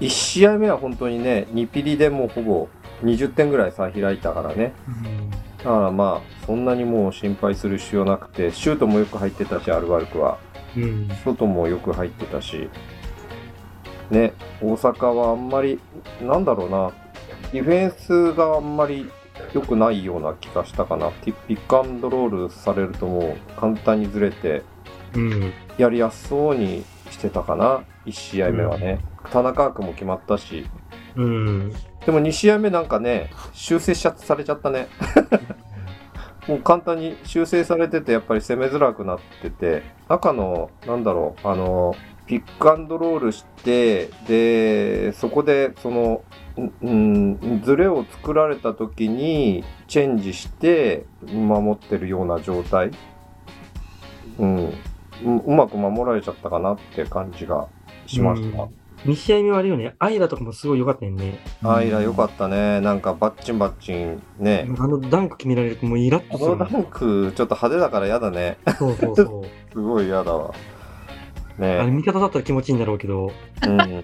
[SPEAKER 2] 1試合目は本当にね、2ピリでもうほぼ20点ぐらい差開いたからね。
[SPEAKER 1] ん。
[SPEAKER 2] だからまあ、そんなにもう心配する必要なくて、シュートもよく入ってたし、アルバルクは。
[SPEAKER 1] うん。
[SPEAKER 2] 外もよく入ってたし、ね、大阪はあんまり、なんだろうな、ディフェンスがあんまり良くないような気がしたかな。ピピックアンドロールされるともう簡単にずれて、
[SPEAKER 1] うん。
[SPEAKER 2] やりやすそうにしてたかな、1試合目はね。田中君も決まったし、
[SPEAKER 1] うん。
[SPEAKER 2] でも2試合目なんかね、修正しちゃされちゃっ たね。もう簡単に修正されてて、やっぱり攻めづらくなってて、中の、なんだろう、あの、ピックアンドロールして、で、そこで、その、うんうん、ズレを作られた時にチェンジして守ってるような状態、うん、ううまく守られちゃったかなって感じがしました。
[SPEAKER 1] うん2試合目はあれよね、アイラとかもすごい良かったよね。
[SPEAKER 2] アイラ良か
[SPEAKER 5] っ
[SPEAKER 2] ったね。なんかバッチンバッチンね。
[SPEAKER 1] あのダンク決められるともうイラッとす
[SPEAKER 2] こ
[SPEAKER 1] る
[SPEAKER 2] のダンクちょっと派手だから嫌だね。
[SPEAKER 1] な。そうそうそう。
[SPEAKER 2] すごい嫌だわ。
[SPEAKER 1] あれ
[SPEAKER 2] ね
[SPEAKER 1] 味方だったら気持ちいいんだろうけど。
[SPEAKER 2] うん。ね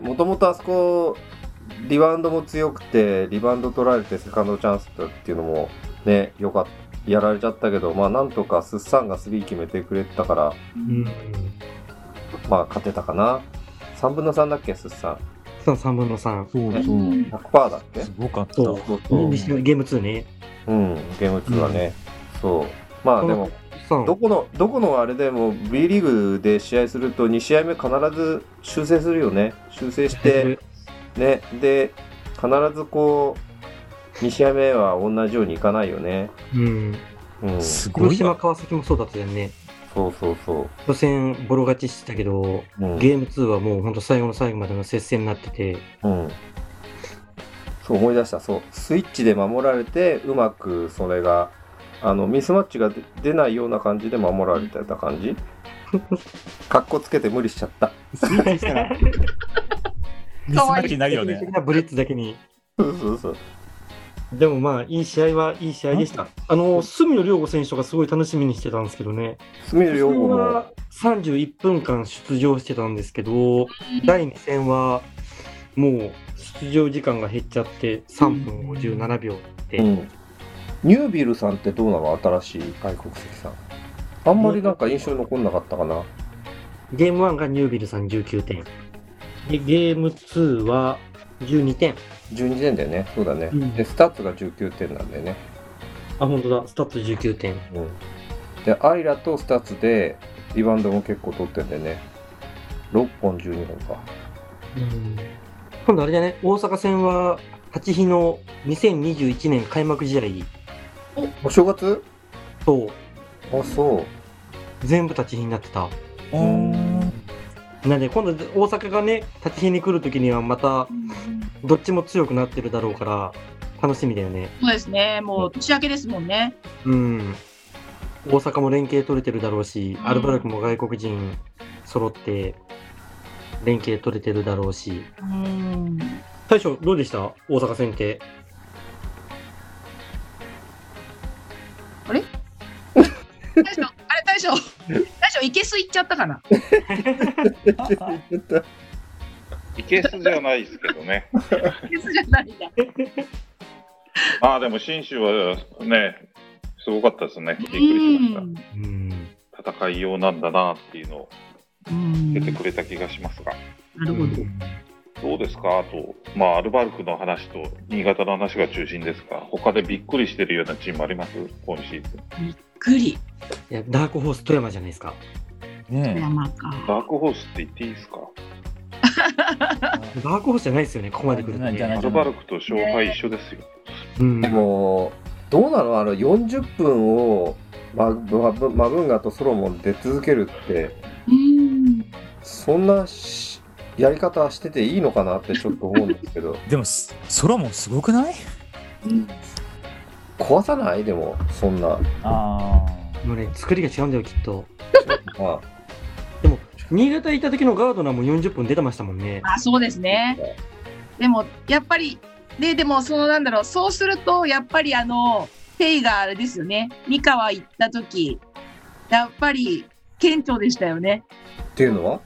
[SPEAKER 2] もともとあそこ、リバウンドも強くて、リバウンド取られてセカンドチャンスっていうのもね、よかった。やられちゃったけど、まあなんとかスッサンが3決めてくれたから、
[SPEAKER 1] うん。
[SPEAKER 2] まあ勝てたかな。3分の3だっけ、スッサ
[SPEAKER 1] その3分の3。
[SPEAKER 5] た。そうそうう。
[SPEAKER 6] ん
[SPEAKER 2] ン。100%だっけ
[SPEAKER 5] すごかった。
[SPEAKER 1] そう
[SPEAKER 2] そう
[SPEAKER 1] ゲーム2ね。
[SPEAKER 2] うん、ゲーム2はね。そう。まあでも、
[SPEAKER 1] そう
[SPEAKER 2] どこの、どこのあれでも B リーグで試合すると2試合目必ず修正するよね。修 正して、ね。で、必ずこう、2試合目は同じようにいかないよね。
[SPEAKER 1] うん。
[SPEAKER 2] うん。そ
[SPEAKER 5] すご
[SPEAKER 1] 広
[SPEAKER 5] い
[SPEAKER 1] 島、
[SPEAKER 5] わ。
[SPEAKER 1] 川崎もそうだったよね。
[SPEAKER 2] うそうそ
[SPEAKER 1] 初戦、ボロ勝ちしてたけど、
[SPEAKER 2] う。うん。
[SPEAKER 1] ゲーム2はもう本当最後の最後までの接戦になってて、
[SPEAKER 2] うん。そう、思い出した。そう。スイッチで守られて、うまくそれが、あの、ミスマッチが出出ないような感じで守られてた感じ。かっこつけて無理しちゃった。
[SPEAKER 5] 失敗したら。ミスマッチになるよ
[SPEAKER 1] 的
[SPEAKER 5] ね。
[SPEAKER 1] なブリッツだけに。
[SPEAKER 2] そうそうそう。
[SPEAKER 1] でもまあ、いい試合はいい試合でした。あの、隅野良吾選手がすごい楽しみにしてたんですけどね。
[SPEAKER 2] 隅田
[SPEAKER 1] 予
[SPEAKER 2] 陽子
[SPEAKER 1] 選
[SPEAKER 2] も
[SPEAKER 1] は31分間出場してたんですけど、第2戦はもう出場時間が減っちゃって3分57秒って、
[SPEAKER 2] うん、ニュービルさんってどうなの新しい外国籍さんあんまりなんか印象に残んなかったかな
[SPEAKER 1] ゲーム1がニュービルさん19点でゲーム2は12点
[SPEAKER 2] 12点だよねそうだね、
[SPEAKER 1] うん
[SPEAKER 2] でスタッツが19点なんだよね、
[SPEAKER 1] あ本当だスタッツ19点
[SPEAKER 2] うん、でアイラとスタッツでリバウンドも結構取ってんだよね6本12本か
[SPEAKER 1] 今度あれだね大阪戦は8日の2021年開幕試合
[SPEAKER 2] お正月
[SPEAKER 1] と
[SPEAKER 2] あそう
[SPEAKER 1] 全部立ち日になってた
[SPEAKER 5] うーん
[SPEAKER 1] なんで今度大阪がね立ち日に来る時にはまたどっちも強くなってるだろうから楽しみだよね
[SPEAKER 6] そうですね。もう年明けですもんね。
[SPEAKER 1] うん大阪も連携取れてるだろうし、
[SPEAKER 6] うん
[SPEAKER 1] アルバルクも外国人揃って連携取れてるだろうし
[SPEAKER 6] うん。
[SPEAKER 1] 大将どうでした大阪戦って
[SPEAKER 6] 大将、あれ大将、大将、いけすいっちゃったかな。
[SPEAKER 4] いけすじゃないですけどね。
[SPEAKER 6] いけすじゃないんだ。
[SPEAKER 4] まあでも、信州はね、すごかったですね。びっく
[SPEAKER 6] う
[SPEAKER 4] りしま
[SPEAKER 6] ん。
[SPEAKER 1] うん
[SPEAKER 4] した。戦いようなんだなっていうのを
[SPEAKER 6] うん
[SPEAKER 4] 出
[SPEAKER 6] な
[SPEAKER 4] て
[SPEAKER 6] る
[SPEAKER 4] くれた気がしますが、
[SPEAKER 6] ほど。
[SPEAKER 4] どうですか、あと、まあ、アルバルクの話と新潟の話が中心ですが、他でびっくりしてるようなチームあります今シーズン。
[SPEAKER 6] グリ、
[SPEAKER 1] いやダークホース富山じゃないですか
[SPEAKER 5] ね
[SPEAKER 6] 山か。
[SPEAKER 4] ダークホースって言っていいですか
[SPEAKER 1] ダークホースじゃないですよねここまで来ると
[SPEAKER 5] じゃないじゃない
[SPEAKER 4] アルバルクと勝敗一緒ですよ。
[SPEAKER 1] うん
[SPEAKER 2] でもどうなのあの40分をママブマブンガとソロモン出続けるって
[SPEAKER 6] うん。
[SPEAKER 2] そんなしやり方してていいのかなってちょっと思うんですけど
[SPEAKER 5] え。でも、す空もすごくない
[SPEAKER 6] うん
[SPEAKER 2] 壊さないでもそん な、
[SPEAKER 5] あ
[SPEAKER 1] もうね作りが違うんだよきっと
[SPEAKER 2] まあ、
[SPEAKER 1] 新潟行った時のガードナーも40分出てましたもんね
[SPEAKER 6] あ、そうですね。でも、やっぱり、で、でも、そのなんだろう、そうすると、やっぱり、あの、ペイがあれですよね。三河行った時。やっぱり、顕著でしたよね。
[SPEAKER 2] っていうのは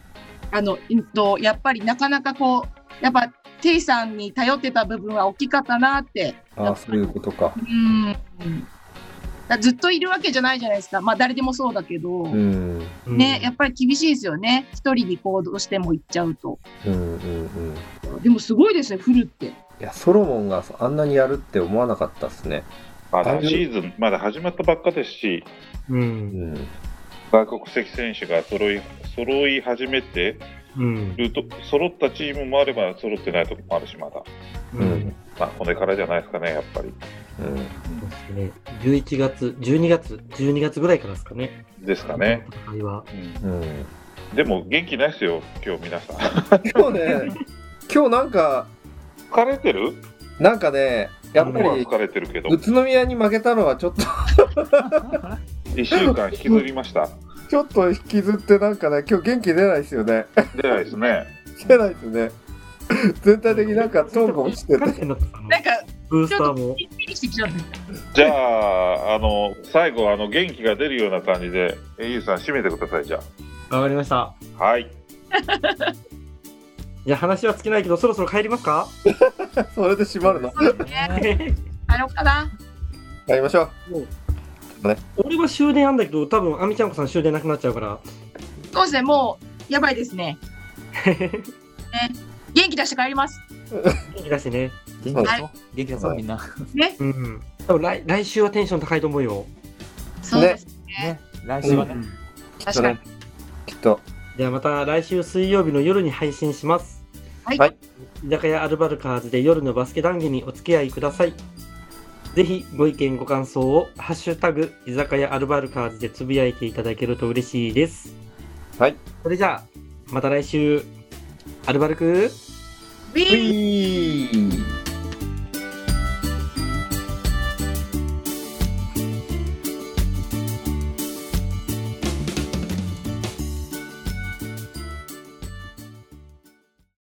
[SPEAKER 6] あの、うんと、やっぱり、なかなか、こう、やっぱ。テイさんに頼ってた部分は大きかったなって。
[SPEAKER 2] ああそういうことか
[SPEAKER 6] うん。だずっといるわけじゃないじゃないですか。まあ、誰でもそうだけど。
[SPEAKER 2] うん
[SPEAKER 6] ね、や
[SPEAKER 1] っ
[SPEAKER 6] っぱり厳しいですよね。一人にこうどうしても行っちゃうと。
[SPEAKER 2] うんうんうん
[SPEAKER 6] でもすごいですね、フルって。
[SPEAKER 2] いやソロモンがあんなにやるって思わなかったっすね
[SPEAKER 4] まだシーズン、まだ始まったばっかですし、
[SPEAKER 1] う
[SPEAKER 2] うんん
[SPEAKER 4] 外国籍選手が揃い、揃い始めて
[SPEAKER 1] うん
[SPEAKER 4] ると、揃ったチームもあれば、揃ってないとこもあるし、まだ。
[SPEAKER 1] う
[SPEAKER 2] うんん
[SPEAKER 4] まあ、これからじゃないですかね、やっぱり。
[SPEAKER 2] うん
[SPEAKER 1] そうですね11月12月12月ぐらいからですかね
[SPEAKER 4] ですかね。
[SPEAKER 1] 戦いは
[SPEAKER 4] うん
[SPEAKER 2] うん
[SPEAKER 4] でも元気ないですよ、今日皆さん。
[SPEAKER 2] 今日ね、 今日なんか、
[SPEAKER 4] 疲れてる
[SPEAKER 2] なんかね、やっぱ
[SPEAKER 4] 僕は
[SPEAKER 2] り
[SPEAKER 4] 疲れてるけど
[SPEAKER 2] 宇、都宮に負けたのはちょっと、
[SPEAKER 4] 1週間引きずりました。
[SPEAKER 2] ちょっと引きずってなんかね、今日元気出ないですよね。
[SPEAKER 4] 出ないですね。
[SPEAKER 2] 出ないですね。全体的になんかトーク落ちて
[SPEAKER 1] 疲れ
[SPEAKER 2] て。
[SPEAKER 1] てんのかな
[SPEAKER 6] なんか、
[SPEAKER 1] ブース
[SPEAKER 6] ちょ
[SPEAKER 1] タ
[SPEAKER 6] っと
[SPEAKER 1] ーも。
[SPEAKER 6] ピリピリしてきちゃった。
[SPEAKER 4] じゃあ、あの、最後、あの、元気が出るような感じで、えゆうさん、締めてください、じゃ
[SPEAKER 1] わかりました。
[SPEAKER 4] あ。はい。
[SPEAKER 1] じゃあ話は尽きないけど、そろそろ帰ります か
[SPEAKER 2] それで閉まるの。
[SPEAKER 6] そうですね。帰ろうかな。
[SPEAKER 2] やりましょう。
[SPEAKER 1] 俺は終電あんだけど、多分あみちゃんこさん終電なくなっちゃうから。
[SPEAKER 6] そうですね。もう、やばいですね。元気出して帰ります。
[SPEAKER 1] 元気出してね。
[SPEAKER 5] 元気出
[SPEAKER 6] は
[SPEAKER 5] そう元気出そ
[SPEAKER 2] は
[SPEAKER 5] う
[SPEAKER 2] い
[SPEAKER 5] みんな
[SPEAKER 1] うん。多分来来週はテンション高いと思うよ。
[SPEAKER 6] そうです。
[SPEAKER 5] ね来週はね
[SPEAKER 2] きっ
[SPEAKER 6] 確
[SPEAKER 2] と
[SPEAKER 6] かに
[SPEAKER 2] ね。。きっと。
[SPEAKER 1] じゃあまた来週水曜日の夜に配信します。
[SPEAKER 6] はい
[SPEAKER 2] はい
[SPEAKER 1] 居酒屋アルバルカーズで夜のバスケ談義にお付き合いください。ぜひご意見ご感想をハッシュタグ居酒屋アルバルカーズでつぶやいていただけると嬉しいです。
[SPEAKER 2] はい。
[SPEAKER 1] それじゃあまた来週アルバルク
[SPEAKER 6] ウィーン
[SPEAKER 2] ウィー